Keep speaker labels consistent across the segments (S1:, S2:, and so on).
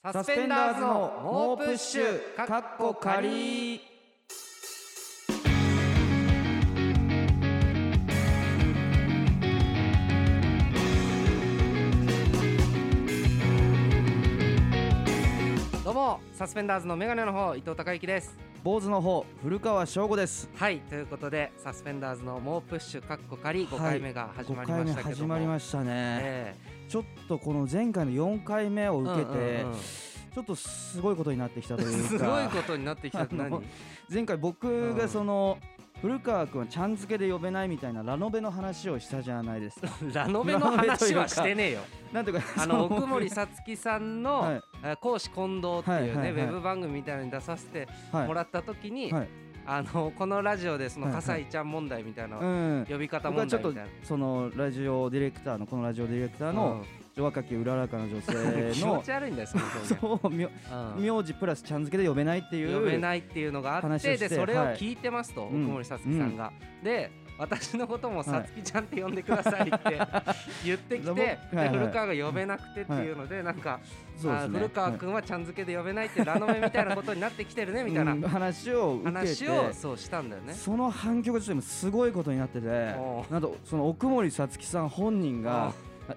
S1: サスペンダーズの猛プッシュかっこ仮どうもサスペンダーズのメガネの方伊藤孝之です
S2: 坊主の方古川翔吾です
S1: はいということでサスペンダーズの猛プッシュかっこ仮5
S2: は
S1: 回
S2: い
S1: 目が始ま
S2: 5
S1: りま
S2: 回目
S1: したけ
S2: 始
S1: ども、
S2: まりましたね
S1: え
S2: ちょっとこの前回の4回目を
S1: え
S2: 受けて、
S1: うんうんうん
S2: ちょっとすごいことになってきたというか
S1: すごいことになってきたって
S2: あ
S1: 何
S2: の前回僕がその、古川君はちゃん付けで呼べないみたいなラノベの話をしたじゃないですか
S1: ラノベの話はしてねえよ
S2: なんていうか
S1: あ
S2: そ
S1: の奥森さつきさんの、
S2: はい
S1: えー講師近藤っていうね、
S2: はいはいはい
S1: ウェブ番組みたいなのに出させて
S2: はい
S1: もらった時に、
S2: はい
S1: あのこのラジオでその
S2: はいはい
S1: 笠井ちゃん問題みたいな、
S2: うん
S1: 呼び方
S2: 僕
S1: 問題
S2: は
S1: み
S2: ち
S1: た
S2: ょっと
S1: いな。
S2: そのラジオディレクターのこのラジオディレクターの、若きうららかな女
S1: うん、
S2: 性
S1: 気持
S2: の
S1: ち悪いんだよその表現
S2: そうみょ
S1: うん
S2: 名字プラスちゃん付けで呼べないっていう
S1: 呼べないっていうのがあっ
S2: 話
S1: て
S2: をし
S1: で
S2: て
S1: それを
S2: はい
S1: 聞いてますと、
S2: うん
S1: 奥森さつきさんが。で私のこともさつきちゃんって呼んでくださいって言ってきて、
S2: はいはい
S1: で古川が呼べなくてっていうので、なんか、
S2: そうで
S1: あ
S2: す
S1: ー
S2: ね
S1: 古川君はちゃん付けで呼べないってラノベみたいなことになってきてるねみたいな
S2: うん話を受けて
S1: 話をそうしたんだよね。
S2: その反響がちょっと今すごいことになってて
S1: お
S2: なんとその奥森さつきさん本人が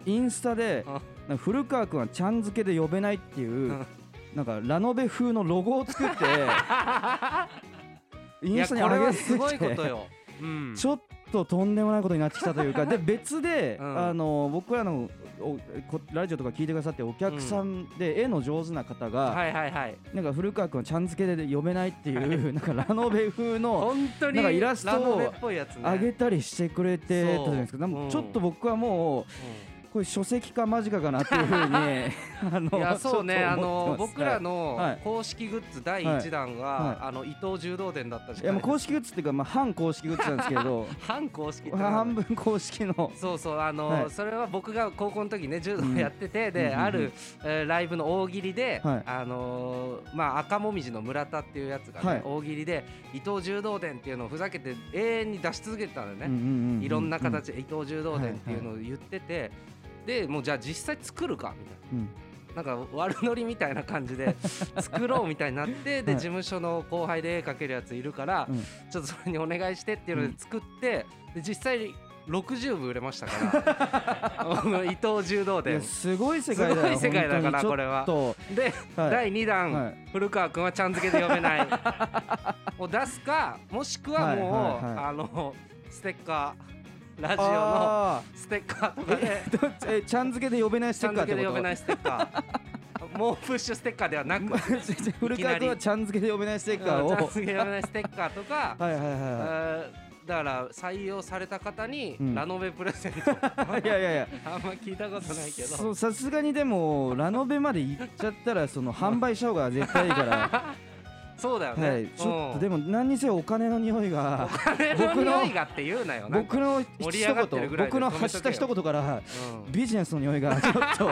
S2: インスタで
S1: あ
S2: なんか古川君はちゃん付けで呼べないっていう
S1: うん
S2: なんかラノベ風のロゴを作って イ
S1: い
S2: ン
S1: や
S2: スタ
S1: こ
S2: に
S1: れ
S2: 上げ
S1: は
S2: て
S1: すごいこと
S2: き
S1: よ。うん
S2: てちょっととんでもないことになってきたという かで別で
S1: うん
S2: あの僕らのおこラジオとか聞いてくださってお客さんで絵の上手な方が
S1: はいはいはい。
S2: なんか古川君はちゃん付けで呼べないっていう、 なんかラノベ風の
S1: 本当に
S2: なんかイラス
S1: ラ
S2: トを
S1: ノベっぽいやつね。
S2: 上げたりしてくれてたじゃないです
S1: そう
S2: か、なん
S1: うん
S2: かちょっと僕はもう、これ書籍か間近かなっていうふ うにあ
S1: うん
S2: の
S1: いやそうねあ
S2: ちょっと
S1: の
S2: 思ってます
S1: 僕ら
S2: はい
S1: の
S2: はい
S1: 公式グッズ第一弾
S2: はい
S1: があの伊藤柔道伝だったじ
S2: い
S1: ゃ
S2: や
S1: な
S2: も
S1: いう
S2: 公式グッズっていうか、まあ、反公式グッズなんですけど
S1: 反公式ってなんだ
S2: 半分公式の
S1: そうそうあの、
S2: はい
S1: それは僕が高校の時ね柔道
S2: うん
S1: やってて、で、
S2: うんうんうん
S1: ある、えーライブの大喜利で、
S2: はい
S1: あのーまあ赤もみじの村田っていうやつがね、
S2: はい
S1: 大喜利で伊藤柔道伝っていうのをふざけて永遠に出し続けてたのよね、いろんな、形で伊藤柔道伝っていうのを言ってて、でもうじゃあ実際作るかみたいな。
S2: うんうんうん
S1: なんか悪ノリみたいな感じ で作ろうみたいになってで
S2: はい
S1: 事務所の後輩で絵描けるやついるから
S2: うん
S1: ちょっとそれにお願いしてっていうので作ってで実際に60部売れましたからあ の伊藤柔道
S2: うんいや
S1: 伝
S2: すごい世界だよ
S1: すごい世界だから
S2: 本当に
S1: これは
S2: ちょっ
S1: で
S2: と、はい、
S1: 第2
S2: は
S1: 弾
S2: い
S1: 古川君はちゃん付けで読め ないを出すかもしくはも
S2: はいはいは
S1: うあのステッカーラジオの
S2: あ
S1: ステッカーとか で
S2: ーえちゃん付けで呼べないス
S1: ち
S2: テ
S1: ゃ
S2: ッ
S1: ん
S2: カーっ
S1: 付
S2: て
S1: けで
S2: こと
S1: 呼べないステッカ ーもうプッシュステッカーではなく
S2: 古川君はちゃん付けで呼べないステッカーを
S1: うんちゃん付けられないステッカーとか、
S2: はいはいはいはい
S1: あーだから採用された方に
S2: うん
S1: ラノベプレゼント、
S2: いやいやいや
S1: あんま聞いたことないけど
S2: そうさすがにでもラノベまで行っちゃったらその販売した方が絶対いいから、
S1: そうだよ ね、
S2: はい、ちょっとで
S1: も
S2: も何にせよお金の匂いが
S1: 金の匂いがって言うなよなんか
S2: 僕の
S1: 盛
S2: 一
S1: り上がってる
S2: 言
S1: ぐらいで
S2: 僕の発した一言から
S1: うん
S2: ビジネスの匂いがちょっ と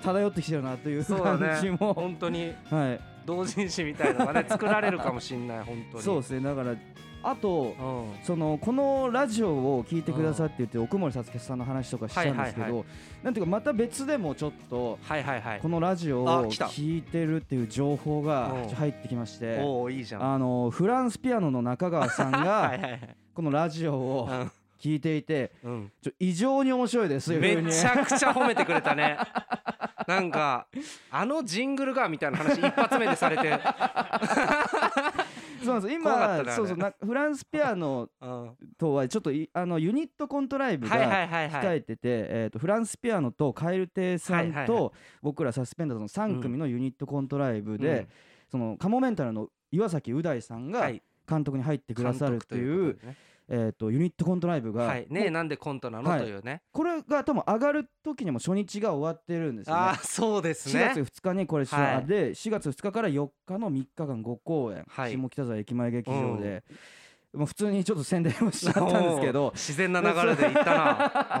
S2: 漂ってきてるなという
S1: そうだ
S2: 感じ
S1: ね
S2: も、
S1: 本当に
S2: は
S1: 同人誌みたいのがね作られるかもしんない本当
S2: い、
S1: に
S2: そうですねだからあと
S1: うん、
S2: そのこのラジオを聞いてくださって言って奥森さつきさんの話とかしたんですけど、
S1: はいはい
S2: なんていうかまた別でもちょっと
S1: はいはいはい
S2: このラジオ
S1: あ
S2: を
S1: 来た
S2: 聞いてるっていう情報
S1: う
S2: が
S1: ん
S2: 入ってきまして
S1: おおいいじゃん
S2: あのフランスピアノの中川さん
S1: はい
S2: が
S1: はいはい
S2: このラジオを聞いていて
S1: うん
S2: ちょ異常に面白いですというふうに
S1: めちゃくちゃ褒めてくれた ねなんかあのジングルがみたいな話一発目でされて、
S2: そうなんです
S1: 怖かった
S2: 今
S1: ね
S2: そうそうなフランスピアノ
S1: うん
S2: とはちょっといあのユニットコントライブ
S1: はいは
S2: が
S1: いはいは
S2: 控
S1: い。
S2: えてて、えー、とフランスピアノとカエル亭さんと、
S1: はいはいは
S2: 僕らサスペンダーズの3組のユニットコントライブで、
S1: うん
S2: そのカモメンタルの岩崎う大さんが
S1: はい
S2: 監督に入ってくださるっていう,、
S1: 監督というこ
S2: えー、とユニットコントライ
S1: と
S2: ブ
S1: で
S2: が、
S1: ねはい、ねえなんでコントなの、
S2: はい
S1: というね。
S2: これが多分上がる時にはもう初日が終わってるんですよね
S1: あ。あそうです
S2: 4
S1: ね
S2: 月。2日にこれ、
S1: はい
S2: あで4月2日から4日の3日間5公演、
S1: はい
S2: 下北沢駅前劇場で、もう普通にちょっと宣伝をしちゃったんですけ
S1: おー
S2: ど
S1: 自然な流れで行った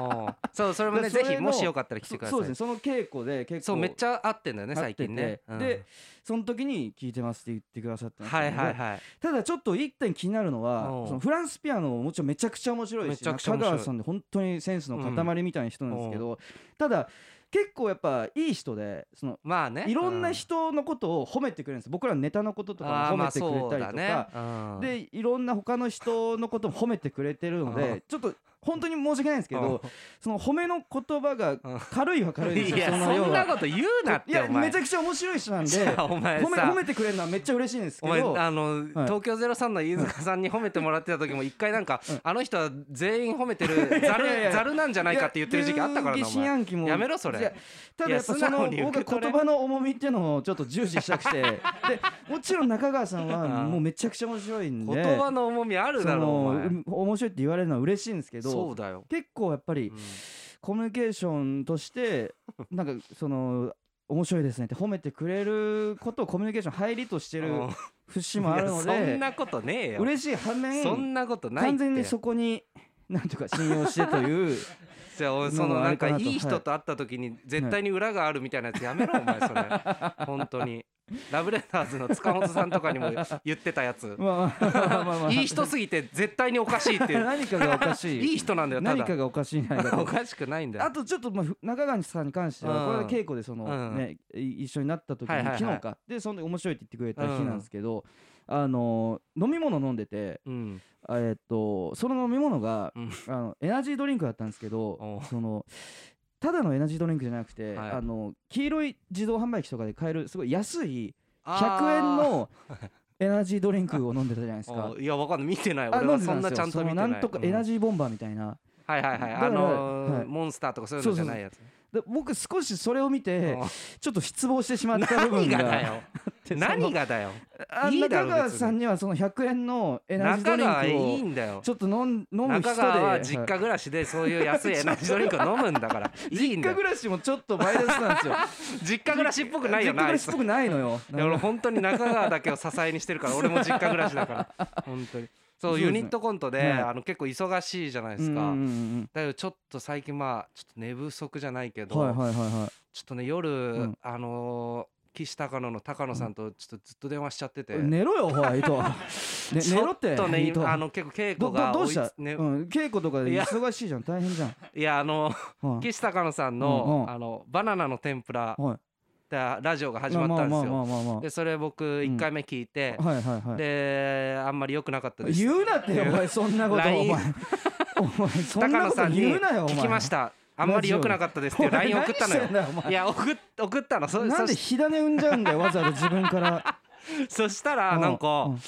S1: な。おーそうそれもね
S2: でそれ
S1: ぜ
S2: の
S1: ひもしよかったら来
S2: そ
S1: てください。
S2: そうですねその稽古で結構
S1: そうめっち
S2: ゃ
S1: ゃ合ってんだよね最近ね。うん
S2: でその時に「聞いてます」って言ってくださったんですよ
S1: は
S2: ね
S1: いはいはい。
S2: ただちょっと一点気になるの
S1: お
S2: は
S1: う
S2: そのフランスピアノももちろんめちゃくちゃ面白い
S1: め
S2: し
S1: ちゃくちゃ面
S2: 中
S1: 白い
S2: 川さんで本当にセンスの塊みたいな人なんですけど、ただ結構やっぱいい人でその
S1: まあね
S2: いろんな人のことを褒めてくれるんです僕らのネタのこととかも褒めてくれたりとか、
S1: か
S2: でいろんな他の人のことも褒めてくれてる のでちょっと本当に申し訳ないんですけどその褒めの言葉が軽いは軽いんです
S1: い
S2: よ
S1: や
S2: その
S1: そ
S2: 要
S1: んな
S2: は
S1: こと言うなっ
S2: い
S1: て
S2: や
S1: お前
S2: めちゃくちゃ面白い人なんで
S1: じゃあ
S2: 褒
S1: お前
S2: め
S1: さ
S2: 褒めてくれるのはめっちゃ嬉しいんですけ
S1: お前
S2: ど
S1: あの
S2: はい
S1: 東京03の飯塚さんに褒めてもらってた時も一回なんか
S2: うん
S1: あの人は全員褒めてる
S2: いや
S1: ざ
S2: いやいや
S1: るざるなんじゃないかって言ってる時期あったからなお
S2: いや疑心
S1: 前
S2: 暗鬼も
S1: やめろそれ
S2: いやただやっぱ
S1: い
S2: そ
S1: や素
S2: の
S1: 直に
S2: 僕
S1: 受け
S2: は
S1: 取れ
S2: 言葉の重みっていうのをちょっと重視したく てでもちろん中川さんはもうめちゃくちゃ面白いんで
S1: 言葉の重みある
S2: そ
S1: だろお
S2: の
S1: 前
S2: うん面白いって言われるのは嬉しいんですけ
S1: そ
S2: ど
S1: うだよ
S2: 結構やっぱり
S1: うん
S2: コミュニケーションとしてなんかその面白いですねって褒めてくれることをコミュニケーション入りとしてる節もあるの
S1: いやそん
S2: で
S1: なことねえよ
S2: 嬉しい反
S1: そ
S2: 面
S1: んなことないって
S2: 完全にそこになんとか信用してという
S1: じゃあ俺そ
S2: の
S1: の
S2: があ
S1: な
S2: れ
S1: ん
S2: か
S1: か
S2: なと
S1: いい人と会った時に絶対に裏があるみたいなやつやめろお前それ本当にラブレターズの塚本さんとかにも言ってたやつ
S2: まあまあまあまあ まあ
S1: いい人すぎて絶対におかしいっていう
S2: 何かがおかし い
S1: いい人なんだよた
S2: 何か
S1: だ
S2: がおかしいんじゃないか
S1: お
S2: と
S1: かしくないんだよ
S2: あとちょっと、まあ、ふ中川さんに関しては
S1: うん
S2: これは稽古でその、
S1: うん
S2: ねい一緒になった時
S1: は
S2: に、
S1: いはいはい
S2: 昨日かでその時面白いって言ってくれた日なんですけど、あの飲み物飲んでて
S1: うん
S2: あえっとその飲み物が、
S1: うん
S2: あのエナジードリンクだったんですけ
S1: お
S2: ど
S1: う
S2: そのただのエナジードリンクじゃなくて、
S1: はい
S2: あの黄色い自動販売機とかで買えるすごい安い
S1: あー
S2: 100円のエナジードリンクを飲んでたじゃないですか
S1: お。いやわかんない見てない
S2: あ
S1: 俺
S2: 飲ん
S1: は
S2: で
S1: そ
S2: たん
S1: んな
S2: です
S1: ちゃ
S2: よ。
S1: んと見
S2: そ
S1: て
S2: のな
S1: ない
S2: んとかエナ
S1: ジ
S2: ジーボンバーみたいな。
S1: はいはいはい
S2: だから
S1: あの
S2: はい
S1: ーモンスターとかそういうのじゃないやつ
S2: で僕少しそれを見て
S1: お
S2: ちょっと失望してしまった部
S1: 何
S2: 分
S1: が
S2: が
S1: だよ
S2: てその
S1: 何がだよ
S2: あ
S1: いいだ
S2: 中
S1: ろ
S2: 川
S1: 別に
S2: さんにはその100円のエナジ
S1: 中
S2: ードリ
S1: 川はい
S2: ン
S1: い
S2: クを
S1: んだよ
S2: ちょっと飲ん飲む人
S1: 中
S2: で
S1: 川
S2: は
S1: はい実家暮らしでそういう安いエナジードリンクを飲むんだからいいん
S2: 実
S1: だ
S2: 家
S1: よ
S2: 暮らしもちょっとマイナスなんですよ
S1: 実家暮らしっぽくないよな
S2: 実家暮
S1: あ
S2: ら
S1: い
S2: し
S1: つ
S2: っぽくないのよ
S1: いや俺本当に中川だけを支えにしてるから俺も実家暮らしだから本当にそ
S2: そう
S1: う
S2: です
S1: ユ
S2: ね
S1: ニットコント
S2: はい
S1: であの結構忙しいじゃないです
S2: うん
S1: か
S2: うんうん
S1: だけどちょっと最近まあちょっと寝不足じゃないけど
S2: うんはいはいはいは
S1: ちょっとね夜、
S2: ん
S1: あのー岸高野の高野さんとちょっとずっと電話しちゃってて、
S2: い寝ろよほら 伊藤ね
S1: ち
S2: 寝ろ
S1: ょ
S2: っ
S1: ってと
S2: 伊
S1: ね
S2: 藤
S1: あの結構稽
S2: ど
S1: 古
S2: ど
S1: が
S2: ど
S1: 追
S2: う
S1: い
S2: した、
S1: つね
S2: うん、稽古とかで
S1: いや
S2: 忙しいじゃん大変じゃ ん、
S1: いやあの
S2: うん
S1: 岸高野さんの,、
S2: うんうん
S1: あのバナナの天ぷら
S2: はい
S1: ってラジオが始まったんです
S2: まあ
S1: よ
S2: まあまあまあま
S1: でそれ僕1回目聞いて、
S2: あはいはいはい
S1: であんまり良くなかったです
S2: 言うなってお前そんなことお前
S1: LINE
S2: お前そん
S1: 高
S2: な
S1: 野
S2: こと
S1: さんに
S2: 言うなよお前
S1: 聞きましたあんまり良くなかったですっていう LINE 送ったのよ
S2: お前何してんだお前
S1: いや送っ送ったのそ
S2: なん
S1: そ
S2: で
S1: し
S2: 火種産んじゃうんだよわざわざ自分 から
S1: そしたらなんか
S2: うん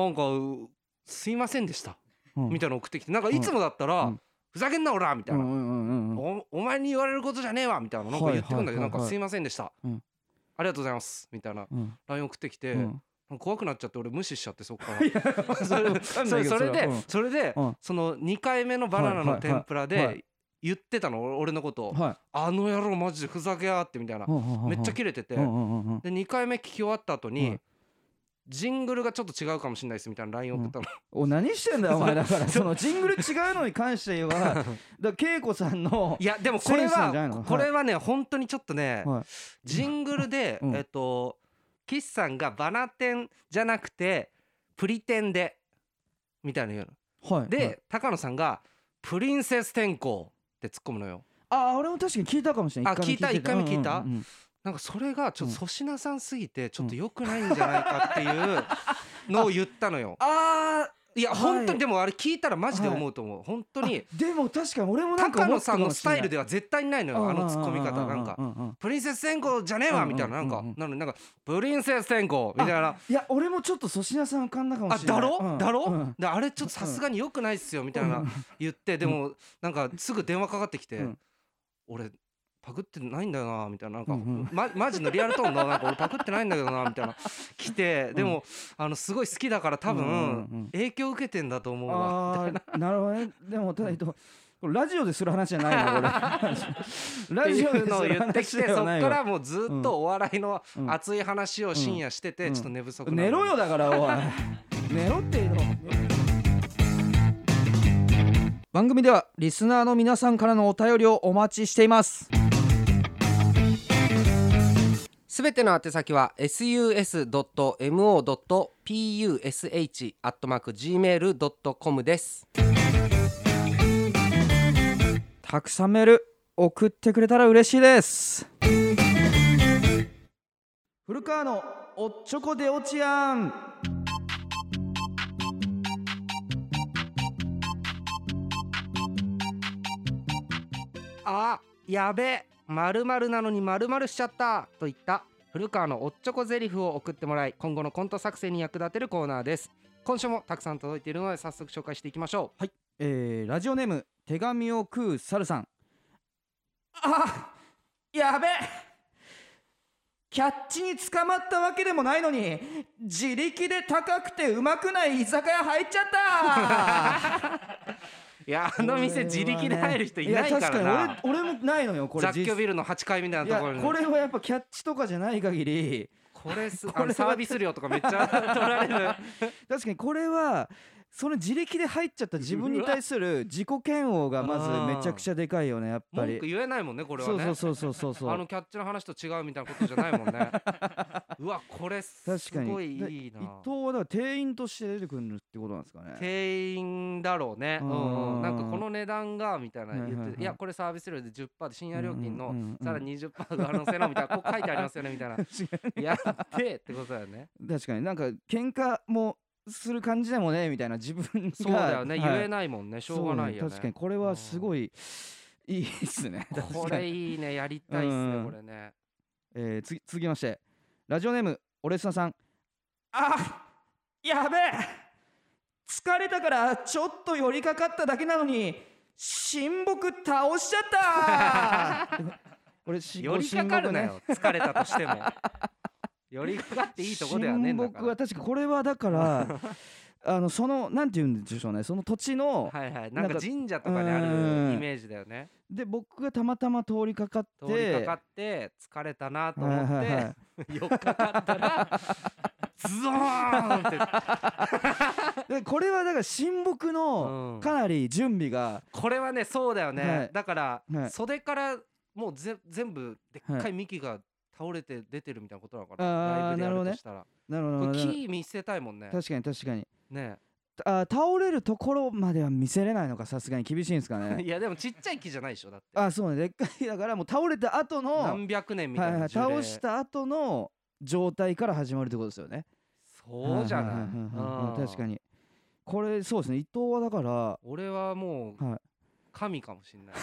S1: なんかうすいませんでした
S2: うん
S1: みたいなの送ってきてなんかいつもだった
S2: う
S1: ら
S2: ん
S1: ふざけんなおらみたい
S2: うん
S1: な
S2: うんうんうん
S1: おお前に言われることじゃねえわみたいななんか言ってくんだけどな
S2: は
S1: い
S2: はいはいはい
S1: んかすいませんでした
S2: うん
S1: ありがとうございますみたいな
S2: うん、
S1: LINE 送ってきて
S2: う
S1: なん
S2: ん
S1: か怖くなっちゃって俺無視しちゃってそっから
S2: いや
S1: それ
S2: かん
S1: そ
S2: ない
S1: れ
S2: けど
S1: それ
S2: それ
S1: で
S2: はうん
S1: それで
S2: うん
S1: その2回目のバナナの天ぷら
S2: はいはいはい
S1: で言ってたの俺俺のことを
S2: は、
S1: 「あの野郎マジでふざけやがって」みたいないめっちゃ
S2: き
S1: 切れてて
S2: う
S1: で
S2: んうんうんうん
S1: 2回目聞き終わった後
S2: う
S1: に
S2: ん
S1: ジングルがちょっと違うかもしれないですみたいな LINE 送ったの
S2: お何してんだよお前だからそのジングル違うのに関してはだ から恵子さんの
S1: いやでもこれ
S2: センスなんじゃないのは
S1: はいこれはね本当にちょっとね
S2: はい
S1: ジングルで
S2: うん
S1: えっと岸さんがバナテンじゃなくてプリテンでみたいな言うの
S2: はいはい
S1: で高野さんがプリンセス天候って突っ込むのよ
S2: あ俺も確かに聞いたかもしれない
S1: あ聞いた
S2: 一回目
S1: 一回目聞いた
S2: うんうんうん
S1: なんかそれがちょっ
S2: うん
S1: と粗品さんすぎてちょっと良くないんじゃないかっていうのを言ったのよ。
S2: あ
S1: いや
S2: はい
S1: 本当にでもあれ聞いたらマジで思うと思う本当に
S2: ーでも確かに俺もなんか
S1: 高
S2: 思
S1: 野
S2: った
S1: さ
S2: か
S1: んの
S2: も
S1: ス
S2: しれな
S1: タ
S2: い
S1: イルでは絶対にないのよあのツッコみ方なんか
S2: うんうんうんうんうんうん
S1: 「プリンセス天候じゃねえわ」みたいななん
S2: う
S1: か
S2: んうんうん
S1: なのになんか「プリンセス天候」みたいない
S2: や俺もちょっと粗品さん浮かんだ
S1: 「
S2: かも
S1: あ
S2: しれない
S1: だろだ
S2: うんう
S1: ろ
S2: ん
S1: であれちょっとさすがに良くないっすよ」みたいな言ってでもなんかすぐ電話かかってきて
S2: うん
S1: 「俺パクってないんだよな」みたいななんか、
S2: うんうん
S1: ま、マジのリアルトーンのなんか俺パクってないんだけどなみたいな来てでも、あのすごい好きだから多分、
S2: うんうんうん
S1: 影響受けてんだと思うわ。
S2: あーなるほどねでもただえっとこれラジオでする話じゃないのこれ
S1: って
S2: ラ
S1: い
S2: ジオで
S1: う
S2: す
S1: のを
S2: る
S1: 言って
S2: 話
S1: き
S2: で
S1: てそ
S2: は
S1: っ
S2: な
S1: か
S2: いわ
S1: らもうずっとお笑いの
S2: うん
S1: 熱い話を深夜してて、
S2: うん
S1: ちょっと寝不足なの
S2: 寝ろよだか らおい寝ろっていうの
S3: 番組ではリスナーの皆さんからのお便りをお待ちしています
S1: すべての宛先は sus.mo.push.gmail.com です
S3: たくさんメール送ってくれたら嬉しいです古川のおっちょこでおちやん
S1: あやべえまるなのにまるしちゃったといった古川のおっちょこゼリフを送ってもらい今後のコント作成に役立てるコーナーです今週もたくさん届いているので早速紹介していきましょう
S3: えー、ラジオネーム手紙を食う猿さん
S2: あやべキャッチに捕まったわけでもないのに自力で高くてうまくない居酒屋入っちゃった
S1: いや あの店自力で入る人いない
S2: や
S1: からな
S2: 確かに俺俺もないのよこれ
S1: 雑居ビルの8階みたい
S2: い
S1: な
S2: や
S1: ところに
S2: これはやっぱキャッチとかじゃない限り
S1: これす
S2: これ
S1: あのサービス料とかめっち ゃ取られる
S2: 確かにこれはその自力で入っちゃった自分に対する自己嫌悪がまずめちゃくちゃでかいよねやっぱ
S1: 文
S2: り
S1: 句言えないもんねこれは
S2: そ
S1: ね
S2: うそうそうそうそうそう
S1: あのキャッチの話と違うみたいなことじゃないもん ねうわこれす
S2: 確かに
S1: ごいいいな
S2: 伊藤はだから店員として出てくるってことなんですかね
S1: 店員だろうね、う
S2: うん
S1: ん
S2: う
S1: うんん、なんかこの値段がみたいな言って、
S2: はい
S1: い
S2: はいはい
S1: やこれサービス料で10%で深夜料金の、
S2: うんうんうんうん
S1: さらに20%上乗せのみたいなこう書いてありますよねみ たいなやってってことだよね
S2: 確かになんか喧嘩もする感じでもねみたいな自分が
S1: そうだよね、
S2: はい
S1: 言えないもんねしょうがないよ
S2: そう
S1: ね
S2: 確かにこれはすごいいいですね確
S1: こ
S2: か
S1: れ
S2: に、
S1: いいねやりたいっすね、
S2: うん
S1: これね
S2: えー、つ続きましてラジオネームオレスナさんあやべえ疲れたからちょっと寄りかかっただけなのに親睦倒しちゃった これし
S1: 寄りかかるなよ、疲れたとしても寄りかかっていいとこではねえんだか
S2: 親睦は
S1: ら
S2: 確かこれはだから あのそのなんて言うんでしょうねその土地の、
S1: はいはいなん
S2: なん
S1: か
S2: か
S1: 神社とかにある
S2: うん
S1: イメージだよね
S2: で僕がたまたま通りかかって
S1: 通りかかって疲れたなと
S2: はい
S1: 思って、
S2: はいはい
S1: よっかかったらズドーンって
S2: でこれはだから親睦
S1: う
S2: の
S1: ん
S2: かなり準備が、
S1: これはねそうだよね、
S2: はい
S1: だから、
S2: はい
S1: 袖からもうぜ全部でっ
S2: は
S1: か
S2: い
S1: い幹が倒れて出てるみたいなことなのかな、
S2: あー
S1: ライブでや
S2: なる
S1: る
S2: ほどね
S1: としたら、
S2: なるほどなる
S1: こ
S2: ほ
S1: れ
S2: ど
S1: キー見せたいもんね
S2: 確かに確かに
S1: ね
S2: あ倒れるところまでは見せれないのかさすがに厳しいんですか ね
S1: いやでもちっちゃい木じゃないでしょだって
S2: あそうねでっかいだからもう倒れた後の
S1: 何百年みたい
S2: は
S1: ない
S2: はい、
S1: 樹齢
S2: 倒した後の状態から始まるってことですよね
S1: そうじゃ
S2: は
S1: ない
S2: はい
S1: い
S2: はいはいはい
S1: うん
S2: 確かにこれそうですね伊藤はだから
S1: 俺はもう、
S2: はい
S1: 神かもしんない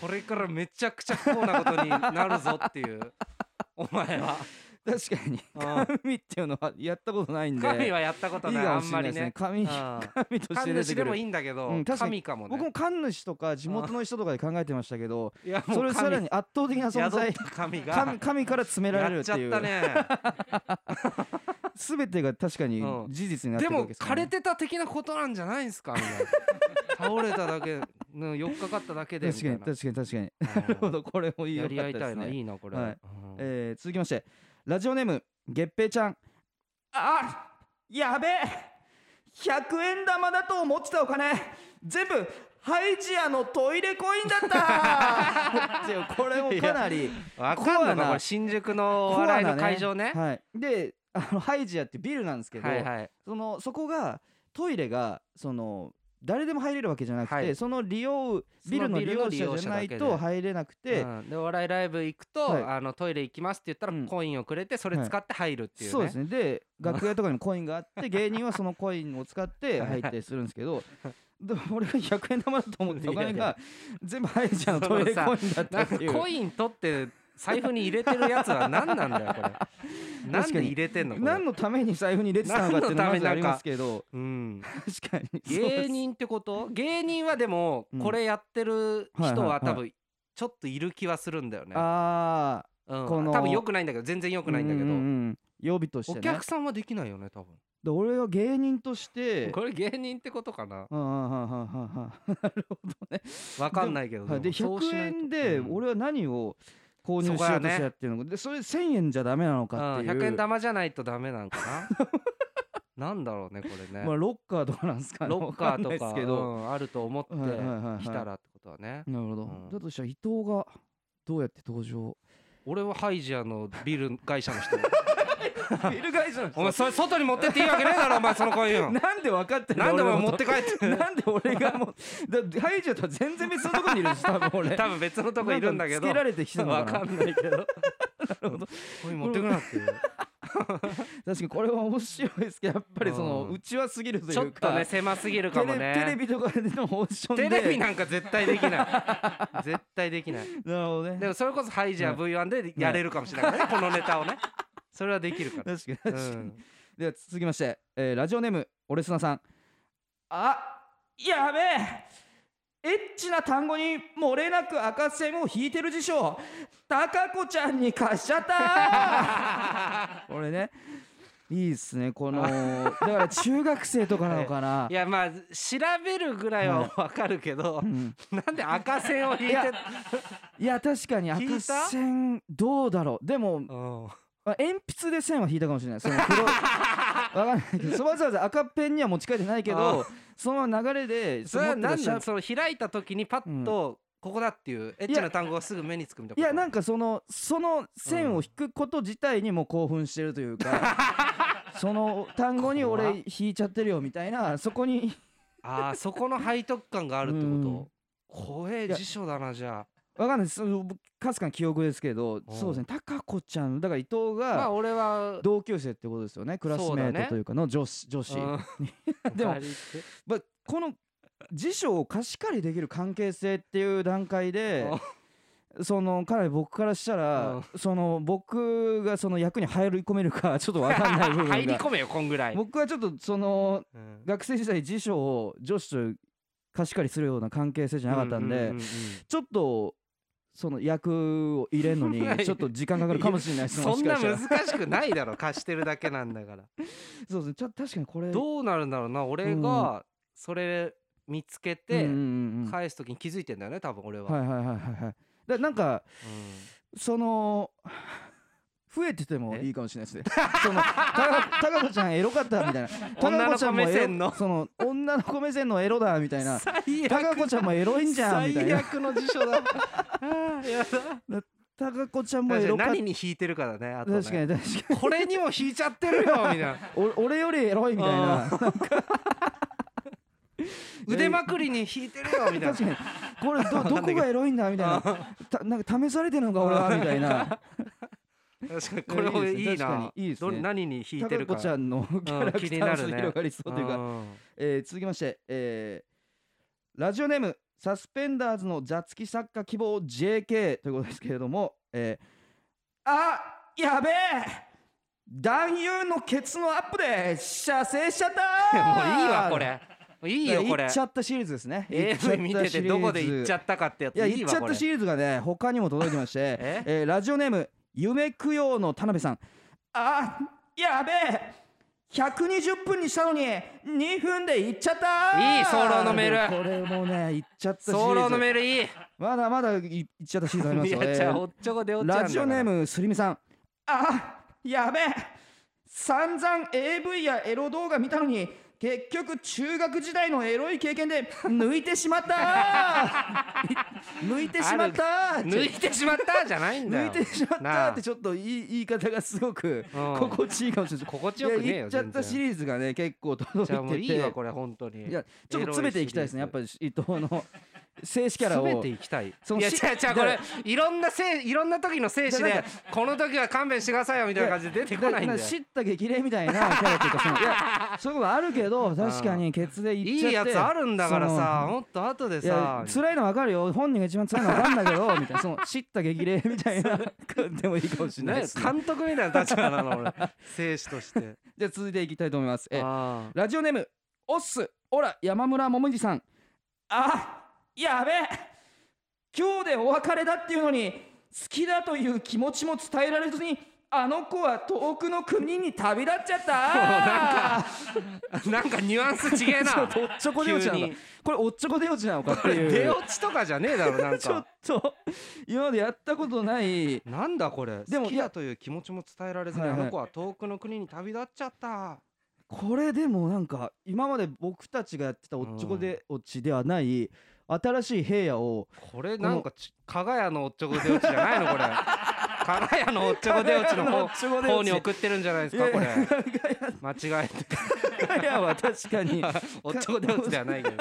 S1: これからめちゃくちゃ不幸なことになるぞっていうお前は、
S2: 確かに
S1: う
S2: 神っていうのはやったことないん
S1: ん、
S2: で
S1: 神はやったこと
S2: いい
S1: ない
S2: か
S1: あ
S2: も
S1: ん
S2: しれ
S1: ま
S2: ないで
S1: り
S2: すね
S1: ね
S2: 神
S1: うん
S2: 神として
S1: 神
S2: 出て
S1: 主
S2: く
S1: でも
S2: る
S1: いいんだけど、
S2: うん確かに
S1: 神かもね
S2: 僕も神主とか地元の人とかで考えてましたけど
S1: いやもう
S2: それさらに圧倒的な存
S1: 神宿
S2: 在
S1: った神が
S2: 神神から詰められる
S1: や
S2: っ
S1: ってちゃっ
S2: いう
S1: たね
S2: 全てが確かに
S1: うん
S2: 事実になって
S1: で
S2: るわ
S1: も
S2: けですよ
S1: 枯れ
S2: ね
S1: てた的なことなんじゃないんすかみたいな倒れただけのよっかかっただけでみた
S2: 確かに
S1: いな
S2: 確かに確かに
S1: なる
S2: なるほど これもいいよ
S1: や
S2: かっ
S1: り合い
S2: た
S1: た
S2: で
S1: い
S2: す
S1: な、い
S2: ね
S1: いなこれ、
S2: は
S1: う
S2: い
S1: ん
S2: えー続きましてラジオネーム月平ちゃんあやべえ100円玉だと思ってたお金全部ハイジアのトイレコインだったっていう これもかなり
S1: わかん
S2: コア
S1: の
S2: な
S1: かこれ新宿のお
S2: コアな
S1: 笑い
S2: ね
S1: の会場ね
S2: はい、であのハイジアってビルなんですけど、
S1: はいはい
S2: そのそこがトイレがその誰でも入れるわけじゃなくて、
S1: はい
S2: その利用ビ
S1: そ
S2: ルの
S1: のビ
S2: 利
S1: ルの
S2: 用者じゃない
S1: 利用者だけで
S2: と入れなくて、
S1: うんでお笑いライブ行くと、
S2: はい
S1: あのトイレ行きますって言ったら、
S2: うん
S1: コインをくれてそれ使って入るっていうね、
S2: そうですねで
S1: うん
S2: 楽屋とかにもコインが あって芸人はそのコインを使って入ってするんですけどでも俺が100円玉だと思ってお金
S1: いやいや
S2: が全部入っちゃうのトイレコインだった
S1: なん
S2: って
S1: か
S2: いう。
S1: コイン取って財布に入れてるやつは何なんだよ これなんで入れてんのこれ
S2: 何のために財布に入れてたのかっていうのはまずありますけど
S1: うん、
S2: 確かに そうで
S1: 芸
S2: す
S1: 人ってこと芸人はでも
S2: うん
S1: これやってる
S2: はい
S1: 人
S2: はいは
S1: はい多分ちょっといる気はするんだよね、
S2: ああ
S1: うん
S2: この
S1: 多分良くないんだけど全然良くないんだけど、
S2: ううん予備としてね
S1: お客さんはできないよね多分
S2: で俺は芸人として
S1: これ芸人ってことかな
S2: うんうんうんうんうんうんなるほどね。
S1: わかんないけど
S2: はいで
S1: もそうし
S2: 100
S1: ないと
S2: 円で
S1: うん
S2: 俺は何を購入しようとしてやってるのかでそれ1000円じゃダメなのかっていう
S1: うん100円玉じゃないとダメなんかな なんだろうねこれね、
S2: まあロッカーとかなんですかね
S1: ロッカーと
S2: わんない
S1: か
S2: ですけど
S1: うんあると思って
S2: はいはいはいはい
S1: 来たらってことはね、
S2: なるほど
S1: うん
S2: だとしたら伊藤 がどうやって登場
S1: 俺はハイジアのビル会社の人
S2: ビルガイズの人
S1: お前それ外に持ってっていいわけねえだろお前その声言うの
S2: なんで分かってんだ
S1: なんでお
S2: 俺
S1: 前
S2: の
S1: 持
S2: こ
S1: っ
S2: と
S1: て帰って
S2: なんで俺がもうだハイジュとは全然別のとこにいる し多分 俺
S1: 多分別のとこいるんだけど
S2: なかつけられてきたのか
S1: わ
S2: な
S1: かんないけどなるほど持ってくなって いう
S2: 確かにこれは面白いですけどやっぱりその
S1: うん
S2: うちはすぎるとい
S1: ちょっ
S2: うか
S1: とね狭すぎるかもね
S2: テレテレビとかでのオーディションで
S1: テレビなんか絶対できない絶対できない
S2: なるほどね
S1: でもそれこそハイジャー V1 でやれるかもしれないからねこのネタをねそれはできるから
S2: 確かに 確かに、
S1: うん
S2: では続きまして、えーラジオネームオレスナさんあやべえエッチな単語に漏れなく赤線を引いてる辞書タカコちゃんに貸しちゃった これねいいっすねこ のだから中学生とかなのかない
S1: やまあ調べるぐらいはわかるけど、
S2: ん
S1: なんで赤線を引い
S2: い
S1: て
S2: やいや確かに
S1: 引
S2: 赤
S1: いた
S2: 線どうだろうでも
S1: うん
S2: あ鉛筆で線は引いたかもしれないその 黒いわかんないけどそうわざわざ赤ペンには持ち帰ってないけ
S1: あ
S2: どその流れで
S1: それは
S2: 持って
S1: な
S2: た
S1: ん
S2: シャ
S1: な
S2: ー
S1: んその開いた時にパッとここだっていうエッチな単語がすぐ目につくみたい
S2: い
S1: な
S2: やなんんかそのその線を引くこと自体にもう興奮してるというか、その単語に
S1: 怖
S2: 俺引いちゃってるよみたいなそこに
S1: あーそこの背徳感があるって
S2: うん
S1: こと怖え
S2: いや
S1: 辞書だなじゃ
S2: わかんないその僕かすかに記憶ですけど
S1: おう
S2: そうですね貴子ちゃんだから伊藤
S1: あまあ
S2: が
S1: 俺は
S2: 同級生ってことですよねクラス
S1: そう
S2: メ
S1: だ
S2: ー
S1: ね
S2: トというかの女子女子、
S1: うん
S2: でも
S1: お帰りって
S2: まあこの辞書を貸し借りできる関係性っていう段階でそのかなり僕からしたらその僕がその役に入り込めるかちょっとわかんない部 分
S1: 入り
S2: が
S1: 込めよこんぐらい、
S2: 僕はちょっとその
S1: うん
S2: 学生時代辞書を女子と貸し借りするような関係性じゃなかったん
S1: うう
S2: で
S1: ううん
S2: ちょっとその役を入れる のに ちょっと時間かかるかもしれないです
S1: そ
S2: も
S1: ん
S2: し
S1: な
S2: かしたら
S1: 難しくないだろ貸してるだけなんだから
S2: そうですねちょ確かにこれ
S1: どうなるんだろうな俺がそれ見つけ
S2: うん
S1: て
S2: うんうんうんはい
S1: 返す時に気づいてんだよね多分俺は、
S2: はいはいはいはいだなんか
S1: うん
S2: その増えてても
S1: え
S2: いいかもしれないですね。そのたかたかこちゃんエロかったみたいな。
S1: 女の
S2: たかこちゃ
S1: 子
S2: んもエロ
S1: 目線の
S2: その女の子目線のエロだみ たいな。
S1: 最
S2: たかこちゃんもエロいんじゃんみたい
S1: 最
S2: な。
S1: 悪の辞 書だあーやだ
S2: たかこちゃんもエロかった。
S1: 何に引いてるかだねあとね
S2: 確かに確かに。
S1: これにも引いちゃってるよみた いな
S2: お俺よりエロいみたいな。確か
S1: 腕まくりに引いてるよみたいな
S2: に。これどどこがエロいんだみたいな。たなんか試されてるのか俺はみたいな。
S1: 確かにこれもい
S2: いいで
S1: い
S2: すね確
S1: な
S2: かにいいです
S1: ど
S2: ね
S1: れ何に引い
S2: た
S1: てる
S2: か
S1: か
S2: こちゃんのキャラクタ
S1: 気にな
S2: ー
S1: る
S2: の
S1: ね
S2: 広がりそうというか。
S1: ん
S2: えー続きまして、えーラジオネームサスペンダーズの座付き作家希望 JK ということですけれども、えーあやべえ男優のケツのアップで射精しちゃっ
S1: もういい
S2: た
S1: わこれもういいよこれ
S2: 行っちゃったシリーズです ね
S1: AV 見ててどこで行っちゃ
S2: っ
S1: ったかってやつ
S2: たシリーズい
S1: い
S2: や
S1: い
S2: 行っち
S1: わ
S2: ゃっ
S1: こ
S2: た
S1: れ
S2: シリーズがね他にも届いてまして
S1: え
S2: えーラジオネーム夢供養の田辺さんあやべえ120分にしたのに2分で行っちゃった
S1: いい早漏のメール
S2: これもね行っちゃったシリーズ
S1: ソロのメールいい
S2: まだまだ行っちゃったシリーズあります
S1: い
S2: よ、
S1: やじ
S2: え
S1: ゃ
S2: ー
S1: あおっちょこでおっちゃんだから
S2: ラジオネームすりみさんあやべえ散々 AV やエロ動画見たのに結局中学時代のエロい経験で抜いてしまった 抜いてしまった
S1: 抜いてしまったじゃないんだよ
S2: 抜いてしまった
S1: な
S2: っ
S1: あ
S2: てちょっと言い言い方がすごく
S1: うん
S2: 心地いいかもしれない
S1: 心地よくねえよ
S2: いや言っちゃった
S1: 全然
S2: シリーズがね結構届い
S1: じゃあもう
S2: てて
S1: いいわこれ本当に
S2: いやちょっと詰めていきたいですねやっぱり伊藤 の静止キャラ
S1: 詰め
S2: を
S1: ていきたいい
S2: その
S1: や違う
S2: し
S1: 違うこれいろんなせいいろんな時の精子
S2: だか
S1: でこの時は勘弁してくださいよみたいな感じで出てこないんだよ
S2: 知った激励みたいなキャラというかそのいやそういうことあるけど確かにケツでいっちゃっ
S1: い
S2: て
S1: いやつあるんだからさもっと後で
S2: そのいや
S1: さ
S2: 辛いの分かるよ本人が一番辛いの分かるんだけどみた い なその知った激励みたいな感 じでもいいかもしれない
S1: ね
S2: ですね、
S1: 監督みたいな立場なの俺精子と して
S2: じゃあ続いていきたいと思いますえ
S1: あ
S2: ラジオネームオッスオラ山村ももじさんあやべえ今日でお別れだっていうのに好きだという気持ちも伝えられずにあの子は遠くの国に旅立っちゃった
S1: ーなんかニュアンス違え
S2: ちょ
S1: な
S2: っとおっちょこで落ちなの
S1: 急
S2: か
S1: に
S2: これおっちょこで落ちなのかって
S1: これ
S2: い
S1: 出
S2: う
S1: 落ちとかじゃねえだろなん
S2: ちょっ
S1: か
S2: と今までやったことない
S1: なんだこれ
S2: でも
S1: 好きだという気持ちも伝えられずに
S2: はい
S1: あ
S2: はい
S1: の子は遠くの国に旅立っちゃった
S2: これでもなんか今まで僕たちがやってたおっちょこで落ちではない新しい平野を
S1: これなんかち加賀屋のおっちょこ出落ちじゃないのこれ加賀屋のおっちょこ出落ちの方
S2: ちょこで
S1: 方
S2: 落
S1: に
S2: ち
S1: 送ってるんじゃないですかこれ間違えて
S2: 加賀屋は確か にい
S1: おっちょこ出落ちではないけど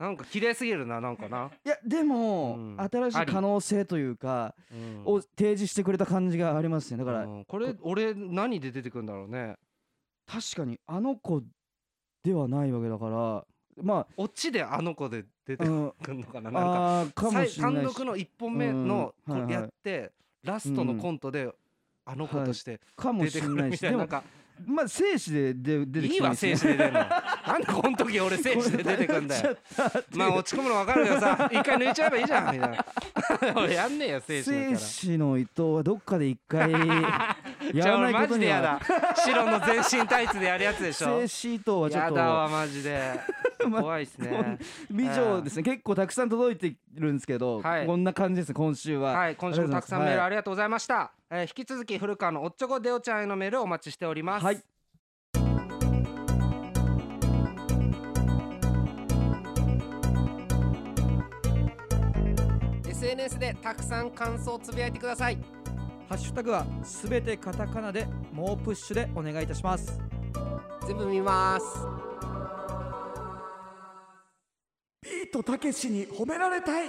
S1: なんか綺麗すぎるななんかな、
S2: やでも、
S1: うん
S2: 新しい可能性というか
S1: うん
S2: を提示してくれた感じがありますねだから、
S1: うんこれ俺何で出てくるんだろうね
S2: 確かにあの子ではないわけだからま
S1: オチであの子で出
S2: あ、
S1: て
S2: うん、
S1: くるの かななんか
S2: あーかもしれ
S1: 単
S2: ない
S1: 独
S2: し
S1: の1本目の
S2: うんはいはい
S1: やってラストのコントであの子として
S2: かも
S1: 出
S2: してれ
S1: く
S2: な
S1: る
S2: い
S1: み
S2: した
S1: い
S2: で
S1: なな
S2: も
S1: んか
S2: まあ精子でで出てき
S1: いい
S2: た
S1: わ
S2: 精
S1: 選手で出るの なんでこの時俺選手で出てくんだよまあ落ち込むの分かるけどさ一回抜いちゃえばいいじゃんみた いな俺やんねえよ選手だ
S2: 精
S1: か
S2: 子の伊藤はどっかで一 回
S1: ら
S2: や
S1: じゃ
S2: ら
S1: あ
S2: な
S1: 俺
S2: い
S1: マ
S2: こと
S1: ジで
S2: に
S1: や
S2: は
S1: だ白の全身タイツでやるやつでしょ
S2: 精子伊藤はちょっ
S1: や
S2: と
S1: だ わマジで
S2: ま
S1: 怖いっすね
S2: 美女ですね結構たくさん届いてるんですけど、
S1: はい
S2: こんな感じですね今週は、
S1: はい今週もたくさんメールあ
S2: あ
S1: りがとうございました、えー引き続き古川のおっちょこでおちゃんへのメールをお待ちしております、
S2: はい
S1: はい SNS でたくさん感想をつぶやいてください
S3: ハッシュタグはすべてカタカナで猛プッシュでお願いいたします
S1: 全部見ます
S4: ビートたけしに褒められたい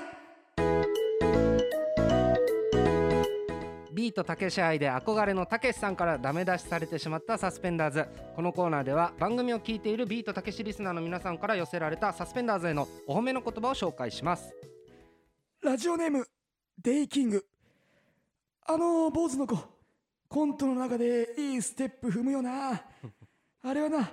S1: ビートたけし愛で憧れのたけしさんからダメ出しされてしまったサスペンダーズこのコーナーでは番組を聞いているビートたけしリスナーの皆さんから寄せられたサスペンダーズへのお褒めの言葉を紹介します
S4: ラジオネームデイキングあの坊主の子コントの中でいいステップ踏むよなあれはな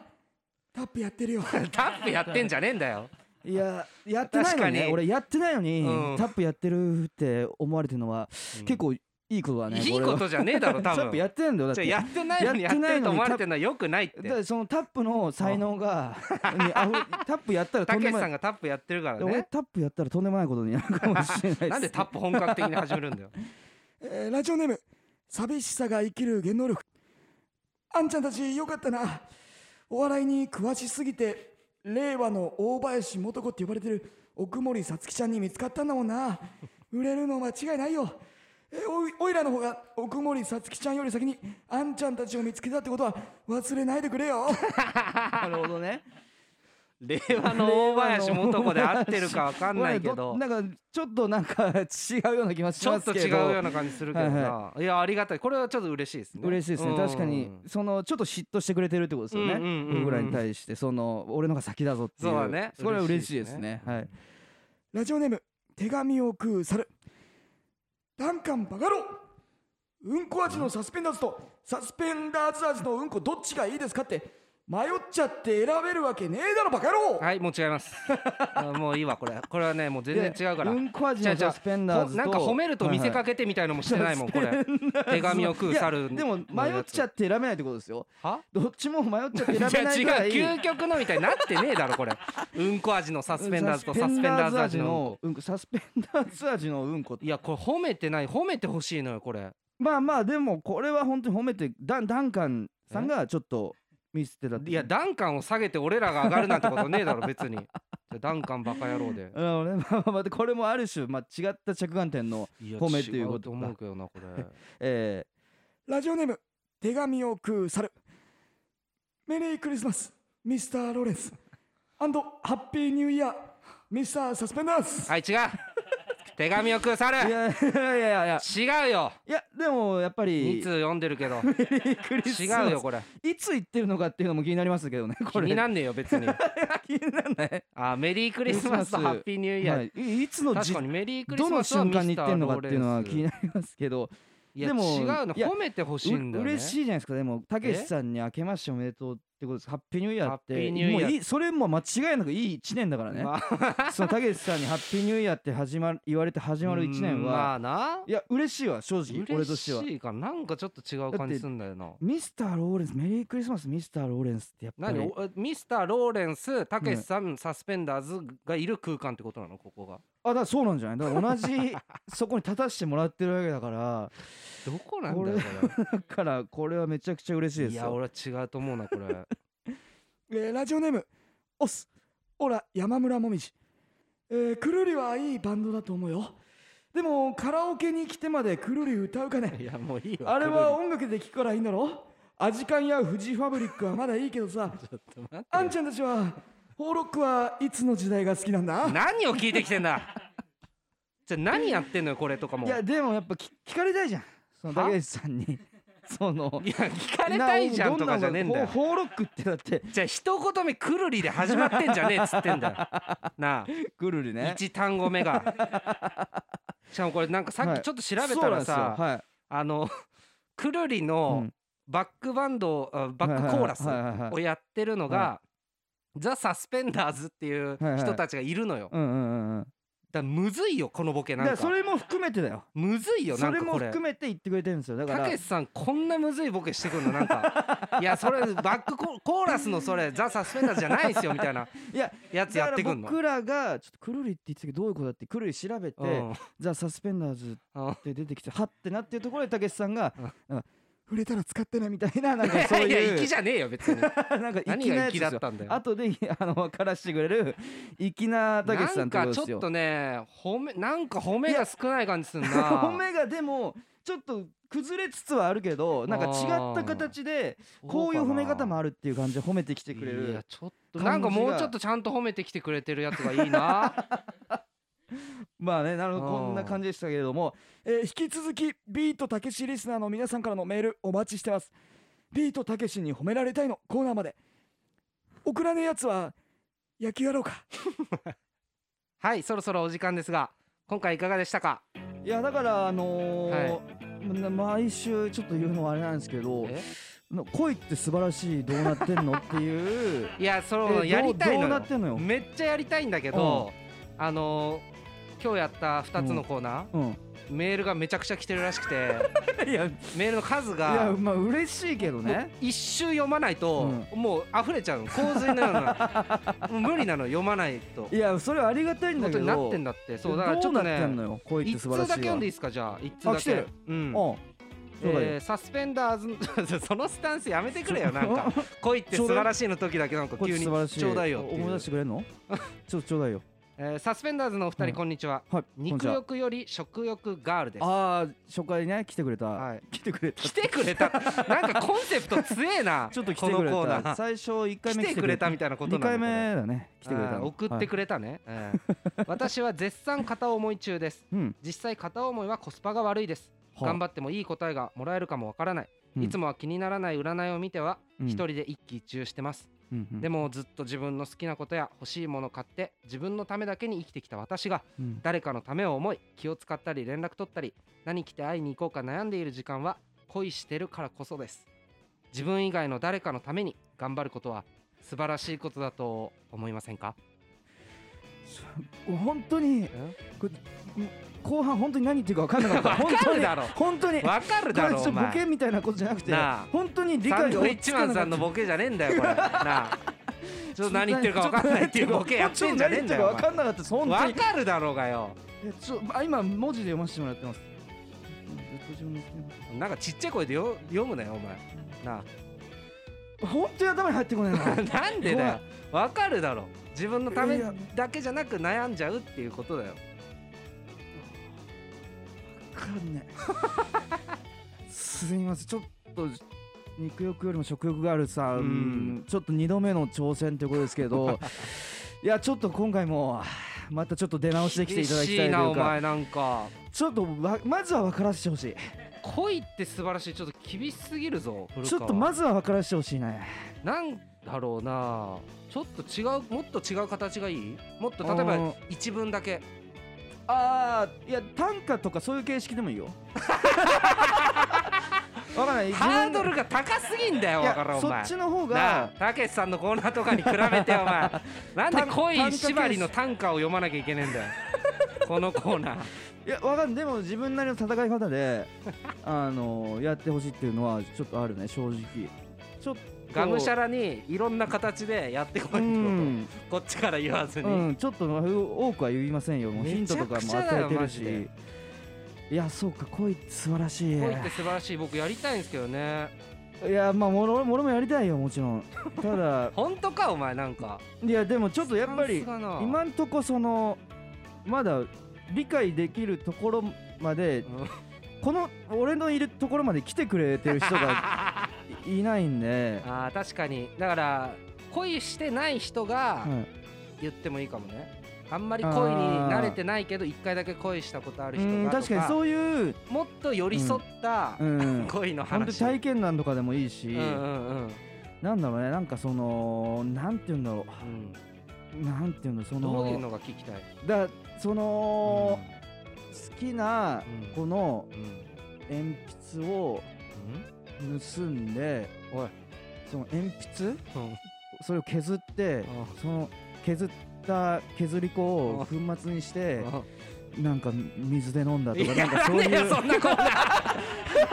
S4: タップやってるよ
S1: タップやってんじゃねえんだよ
S2: いややってないのに
S1: 確か
S2: ね
S1: に
S2: 俺やってないのに、
S1: うん
S2: タップやってるって思われてるのは、結構いいことだね
S1: いい
S2: これは
S1: ことじゃねえだろ多分
S2: タップやってないんだよだっ
S1: じゃあ
S2: て
S1: やってないのに
S2: や
S1: や
S2: っ
S1: ってて
S2: ないのに
S1: ると思われてるのはよくないっ
S2: だから
S1: て
S2: そのタップの才 能がにあふれタップやったらと
S1: た
S2: ん
S1: け
S2: で
S1: し
S2: も
S1: さ
S2: なんい
S1: がタップやってるから
S2: 俺
S1: ね
S2: タップやったらとんでもないことになるかもしれないです
S1: なんでタップ本格的に始めるんだ よ
S4: えーラジオネーム寂しさが生きる原動力あんちゃんたちよかったなお笑いに詳しすぎて令和の大林素子って呼ばれてる奥森さつきちゃんに見つかったんだもんな売れるの間違いないよえーおいおいらの方が奥森さつきちゃんより先にあんちゃんたちを見つけたってことは忘れないでくれよ
S2: なるほどね
S1: 令和の大林素子で合ってるかわかんないけど
S2: 俺なんかちょっとなんか違うような気がし
S1: ちょ
S2: ま
S1: っ
S2: す
S1: と
S2: けど
S1: 違うような感じするけどな、
S2: はいい
S1: やありがたいこれはちょっと嬉しいですね
S2: 嬉しいです
S1: う
S2: ね
S1: ん
S2: 確かにそのちょっと嫉妬してくれてるってことですよね、
S1: うんうんうんうん
S2: 僕らに対してその俺のが先だぞっていう
S1: そうだね
S2: それは嬉しいですねはい
S4: ラジオネーム手紙を食う猿ダンカンバカローうんこ味のサスペンダーズとサスペンダーズ味のうんこどっちがいいですかって迷っちゃって選べるわけねえだろバカ野郎
S1: はいもう違いますあもういいわこれこれはねもう全然違うから
S2: うんこ味
S1: 違う違
S2: の
S1: う
S2: サスペンダーズと
S1: ほなんか褒めると見せかけてみたいのもしてないもんこれ 手紙を食う
S2: い
S1: 猿
S2: やでも迷っちゃ
S1: っ
S2: って選べないってことですよ
S1: は
S2: どっちも迷っちゃって
S1: いや
S2: 選べないぐらい
S1: 違う究極のみたいになってねえだろこれうんこ味のサスペンダーズとサスペンダーズ味の
S2: うんこサスペンダーズ味のうんこ
S1: いやこれ褒めてない褒めてほしいのよこれ
S2: まあまあでもこれは本当に褒めてダンダンカンさんがちょっとミスってたって
S1: いやダンカンを下げて俺らが上がるなんてことねえだろ別にじゃあダンカンバカ野郎で
S2: うん俺まあまあまあこれもある種、まあ、違った着眼点の、
S1: いや
S2: 褒めっていうこ
S1: 違と
S2: とか
S1: 思うけどなこれ
S2: え
S4: ラジオネーム手紙を食う猿メリークリスマスミスター・ローレンスハッピーニューイヤーミスター・サスペンダーズ
S1: はい違う手紙を食う
S2: ー、い
S1: 猿
S2: やいやいやいや
S1: 違うよ
S2: いやでもやっぱ
S1: 2
S2: り
S1: 通読んでるけど
S2: クリスマス
S1: 違うよこれ
S2: いつ行ってるのかっていうのも気になりますけどねこ
S1: 気
S2: れ
S1: になんねえよ別に
S2: 気にならない
S1: あメリークリスマスと
S2: クリスマ
S1: ハ
S2: ス
S1: ッピーニューイヤー、
S2: はいいいつの
S1: 確
S2: じ
S1: かにメリークリ
S2: ど
S1: ス
S2: の
S1: マスは
S2: 瞬
S1: ミ
S2: 間
S1: ス
S2: に行
S1: タ
S2: って
S1: ー
S2: んの
S1: ロ
S2: かっ
S1: ー
S2: て
S1: レンス
S2: いうのは気になりますけど
S1: いや
S2: でも
S1: 違うの
S2: いや
S1: 褒めてほしいんだ
S2: う
S1: よね
S2: 嬉しいじゃないですかでもたけしさんに明けましておめでとうってことですハッピーニューイヤーっ
S1: ハッピ
S2: て
S1: ーニューイヤ
S2: も
S1: ー
S2: ういいそれも間違いなくいい1年だからね、
S1: まあ
S2: そのたけしさんにハッピーニューイヤーって始まる言われて始まる1年は、
S1: まあない
S2: や嬉しいわ正直俺と
S1: 嬉
S2: しては
S1: しいかなんかちょっと違う感じすんだよな
S2: ミスターローレンスメリークリスマスミスターローレンスってやっぱ
S1: 何
S2: り
S1: おミスターローレンスたけしさん、サスペンダーズがいる空間ってことなのここが
S2: あだからそうなんじゃないだから同じそこに立たしてもらってるわけだから
S1: どこなんだよこれ
S2: だからこれはめちゃくちゃ嬉しいで
S1: い
S2: す
S1: や
S2: よ
S1: 俺は違うと思うなこれ
S4: えーラジオネームオスオラ山村もみじ、えー、くるりはいいバンドだと思うよでもカラオケに来てまでくるり歌うかね
S1: いやもういいよ
S4: あれは音楽で聴くからいいんだろアジカンやフジファブリックはまだいい けどさあんちゃんたちはホーロックはいつの時代が好きなんだ
S1: 何を聞いてきてんだじゃあ何やってんのよこれとかも
S2: いやでもやっぱ聞聞かれたいじゃんその
S1: は
S2: 竹内さん にその
S1: いや聞かれたいじゃんとかじゃねえんだよ
S2: なほうホーロックってだって
S1: じゃあ一言目くるりで始まってんじゃねえっつってんだよな
S2: くるり
S1: あ
S2: ね
S1: 一単語目がしかもこれなんかさっ
S2: は
S1: き
S2: い
S1: ちょっと調べたらさ、
S2: そうなんですよはい
S1: あのくるりのバックバンド、あバックコーラス
S2: はいはいはいはい
S1: をやってるのが、ザ・サスペンダーズっていう
S2: はいはい
S1: 人たちがいるのよ、
S2: うんうんうんうん
S1: だからむずいよこのボケ
S2: だ
S1: な
S2: か
S1: ん
S2: ら
S1: か
S2: それも含めてだよ
S1: むずいよな
S2: そ
S1: ん
S2: れ
S1: か
S2: も
S1: これ
S2: 含めて言ってくれてるんですよだか
S1: た
S2: ら
S1: けしさんこんなむずいボケしてくるのなんか いやそれバックココーラスのそれザ・サスペンダーズじゃないですよみたいない
S2: や
S1: やつやってくんの
S2: だから僕らがちょっとくるりって言ってたけどどういうことだってくるり調べて、
S1: うん
S2: ザ・サスペンダーズって出てきてはってなってるところでたけしさんが
S4: 触れたら使ってね
S2: み
S4: み
S2: たいななんかそう
S1: いやいや
S2: いう
S1: 粋じゃねえよ別に
S2: なんか
S1: 何
S2: 粋な
S1: が
S2: やつ
S1: 粋
S2: で
S1: だ
S2: す
S1: っ
S2: よ
S1: たんだよ
S2: 後であの分からしてくれる粋なたけしさんって
S1: な
S2: こと
S1: ん
S2: で
S1: かちょ
S2: す
S1: っ
S2: よ
S1: とね褒めなんか褒めが少ない感じすんな
S2: 米がでもちょっと崩れつつはあるけどなんか違った形でこういう褒め方もあるっていう感じで褒めてきてくれ
S1: い
S2: る
S1: やちょっとなんかもうちょっとちゃんと褒めてきてくれてるやつがいい な
S2: まあねなるほど
S1: あー
S2: こんな感じでしたけれども
S4: えー引き続きビートたけしリスナーの皆さんからのメールお待ちしてますビートたけしに褒められたいのコーナーまで送らねえやつは野球やろうか
S1: はいそろそろお時間ですが今回いかがでしたか
S2: いやだからあのーな毎週ちょっと言うのはあれなんですけど
S1: え
S2: な恋って素晴らしいどうなってんのっ ていう
S1: いやそ
S2: え
S1: の
S2: ー
S1: やりたいの
S2: どうどう
S1: よ
S2: なってんのよ
S1: めっちゃやりたいんだけどあのー今日やった2つのコーナ
S2: うん
S1: ーメールがめちゃくちゃ来てるらしくて
S2: いやい
S1: メールの数
S2: や
S1: が
S2: まあ嬉しいけどね
S1: 一周読まないともう溢れちゃうの洪水のような もう無理なの読まないと
S2: いやそれはありがたいん
S1: こ
S2: だ
S1: と
S2: けど
S1: になってんだってそうだからち
S2: ど
S1: ょっ
S2: うな
S1: と
S2: ってん
S1: ね
S2: のよ恋って
S1: 一通
S2: 素晴
S1: だけ
S2: らしいわ
S1: 読んでいいですかじゃあ一通だ
S2: あ来て
S1: け
S2: る
S1: うん
S2: うんそうだよ
S1: えーサスペンダーズ そのスタンスやめてくれよなん か恋って素晴らしいの時だけなんか
S2: こい
S1: 急
S2: つ
S1: に
S2: 素晴らしい
S1: ちょうだいよってい
S2: 思い出
S1: う
S2: してくれんの ちょっとちょうだいよ
S1: えーサスペンダーズのお二
S2: うん
S1: 人こんにちは
S2: はいこんに
S1: 肉
S2: ちは
S1: 欲より食欲ガールです
S2: ああ初回ね来てくれた、
S1: はい
S2: 来てくれた
S1: 来てくれたなんかコンセプト強えな
S2: ちょっと来てくれ
S1: このコーナ
S2: た
S1: ー
S2: 最初一回
S1: 来
S2: 目
S1: てくれたみたいなことな
S2: 2
S1: の
S2: 回
S1: これ
S2: 目だね来てくれた
S1: あー
S2: の
S1: 送ってくれたねうん私は絶賛片思い中です
S2: はいうん
S1: 実際片思いはコスパが悪いです
S2: はあ
S1: 頑張ってもいい答えがもらえるかもわからない、
S2: うん
S1: いつもは気にならない占いを見ては
S2: うん
S1: 一人で一喜一憂してます、
S2: うんうん
S1: でもずっと自分の好きなことや欲しいもの買って自分のためだけに生きてきた私が
S2: うん
S1: 誰かのためを思い気を使ったり連絡取ったり何着て会いに行こうか悩んでいる時間は恋してるからこそです自分以外の誰かのために頑張ることは素晴らしいことだと思いませんか
S2: 本当にこれ後半本当に何言ってるか分かんなかった
S1: わかるだろ
S2: 本当に本
S1: わかる
S2: 当に
S1: だ
S2: これちょ
S1: ろ
S2: っ
S1: お
S2: とボ
S1: 前
S2: ケみたいなことじゃなくて
S1: なあ
S2: 本当に理
S1: サン
S2: 解が
S1: ドウィッ
S2: 追
S1: チ
S2: つ
S1: マ
S2: かな
S1: ン
S2: か
S1: さ
S2: っ
S1: ん
S2: た
S1: のボケじゃねえんだよこれなあちょっと何言ってるか分かんないっていうボケやってんじゃねえんだよ
S2: 分かんなかったです
S1: お
S2: 本当
S1: 前
S2: に
S1: 分かるだろうがよ
S2: えちょあ今文字で読ませてもらってます
S1: なんかちっちゃい声でよ読むなよお前な
S2: 本当に頭に入ってこないな
S1: あ なんでだよ分かるだろ自分のためだけじゃなく悩んじゃうっていうことだよ
S2: わかんねえすみませんちょっと肉欲よりも食欲があるさん、
S1: うん
S2: ちょっと2度目の挑戦ということですけ どいやちょっと今回もまたちょっと出直してきていただきたいとい
S1: 厳しな
S2: う
S1: お
S2: か
S1: 前なんか
S2: ちょっとわまずは分からせてほしい
S1: 恋って素晴らしいちょっと厳しすぎるぞ古川
S2: ちょっとまずは分からせてほしいね
S1: なんだろうなちょっと違うもっと違う形がいいもっと例え
S2: あ
S1: ば
S2: ー
S1: 一文だけ
S2: あーいや短歌とかそういう形式でもいい よわかんない
S1: ハードルが高すぎんだよ
S2: い
S1: だから
S2: や
S1: お
S2: そ
S1: 前
S2: っちの方
S1: なあ
S2: が
S1: たけしさんのコーナーとかに比べてお前なんで
S2: 短
S1: 恋
S2: 歌
S1: 縛りの短歌を読まなきゃいけねえんだよこのコーナー
S2: いやわかんないでも自分なりの戦い方で あのやってほしいっていうのはちょっとあるね正直ちょっと
S1: がむしゃらにいろんな形でやってこ
S2: う
S1: いって
S2: ん、
S1: ことこっちから言わずに、
S2: うん、ちょっと多くは言いませんよもうヒントとか
S1: めちゃくちゃだ
S2: も与
S1: よ
S2: えてる
S1: マジ
S2: しいやそうか恋って素晴らしい
S1: 恋って素晴らしい僕やりたいんですけどね
S2: いやまあもろもろもやりたいよもちろん ただ
S1: 本当かお前なんか
S2: いやでもちょっとやっぱり
S1: さすがな
S2: 今んとこそのまだ理解できるところまで、
S1: うん
S2: この俺のいるところまで来てくれてる人が
S1: あ
S2: いないんで、
S1: ー確かにだから恋してない人が
S2: はい
S1: 言ってもいいかもねあんまり恋に慣れてないけど一回だけ恋したことある人
S2: うん
S1: がとか
S2: 確かにそういう、
S1: もっと寄り添った
S2: うん、
S1: 恋の
S2: 本当に
S1: 話
S2: 体験談とかでもいいし、
S1: うんうんうん
S2: なんだろうねなんかそのなんて言うんだろ
S1: うん
S2: うなんて言うんだろその
S1: どういうのが聞きたい
S2: だその、好きな
S1: うん
S2: 子の
S1: うんうん
S2: 鉛筆を盗んで、
S1: おい
S2: その鉛筆
S1: うん
S2: それを削って、
S1: う
S2: その削った削り粉を粉末にして、なんか水で飲んだとかなんかそう
S1: いや
S2: い
S1: ねえ
S2: う
S1: よそんなコーナー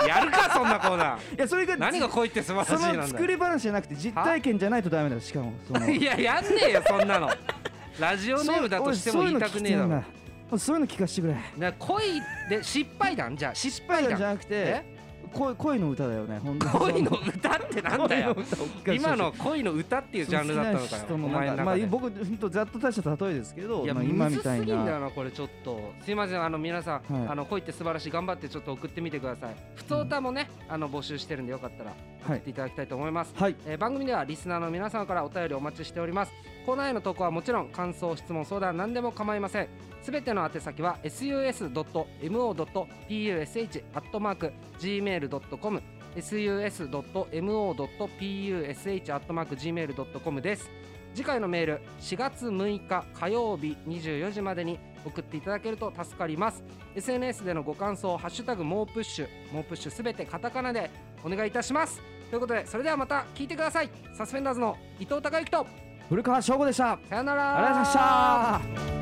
S1: やるかそんなコー ナー
S2: いやそれが
S1: 何が恋って 素晴らし
S2: そ
S1: いなんだ
S2: の
S1: よ
S2: 作り話じゃなくて実体験じゃないとダメだしかも その
S1: いややんねえよそんなのラジオネームだとしても言いたくねえだろ
S2: ろそういうの聞かせてくれ
S1: な恋で失敗談じゃあ失敗
S2: じゃ
S1: 談
S2: なくて恋恋の歌だよね本当に
S1: 恋の歌ってなんだよ
S2: 恋の歌を聞かせてほしい
S1: 今の恋の歌っていうジャンルだったのかよ
S2: そ
S1: お
S2: の好きな人の
S1: 前
S2: な
S1: の
S2: んか
S1: 中
S2: まあ
S1: で
S2: 僕本当ざっと大した例えですけど
S1: いや、
S2: まあ
S1: 今
S2: 今み
S1: み
S2: た
S1: たい
S2: い
S1: な。すぎんだよ
S2: な
S1: な、これちょっと。すいません、あの皆さん、
S2: はい
S1: あの恋って素晴らしい、頑張ってちょっと送ってみてください。普通歌もね、あの募集してるんで、よかったら送っていただきたいと思います。
S2: はい
S1: えー番組ではリスナーの皆様からお便りお待ちしております。コーナーへの投稿はもちろん、感想、質問、相談、何でも構いません。すべての宛先は sus.mo.push.gmail.com sus.mo.push.gmail.com です。次回のメール4月6日火曜日24時までに送っていただけると助かります SNS でのご感想「ハッシュタグもうプッシュ」もうプッシュすべてカタカナでお願いいたしますということでそれではまた聞いてくださいサスペンダーズの伊藤孝之と
S2: 古川翔吾でしたあり
S1: さよなら
S2: がとうございました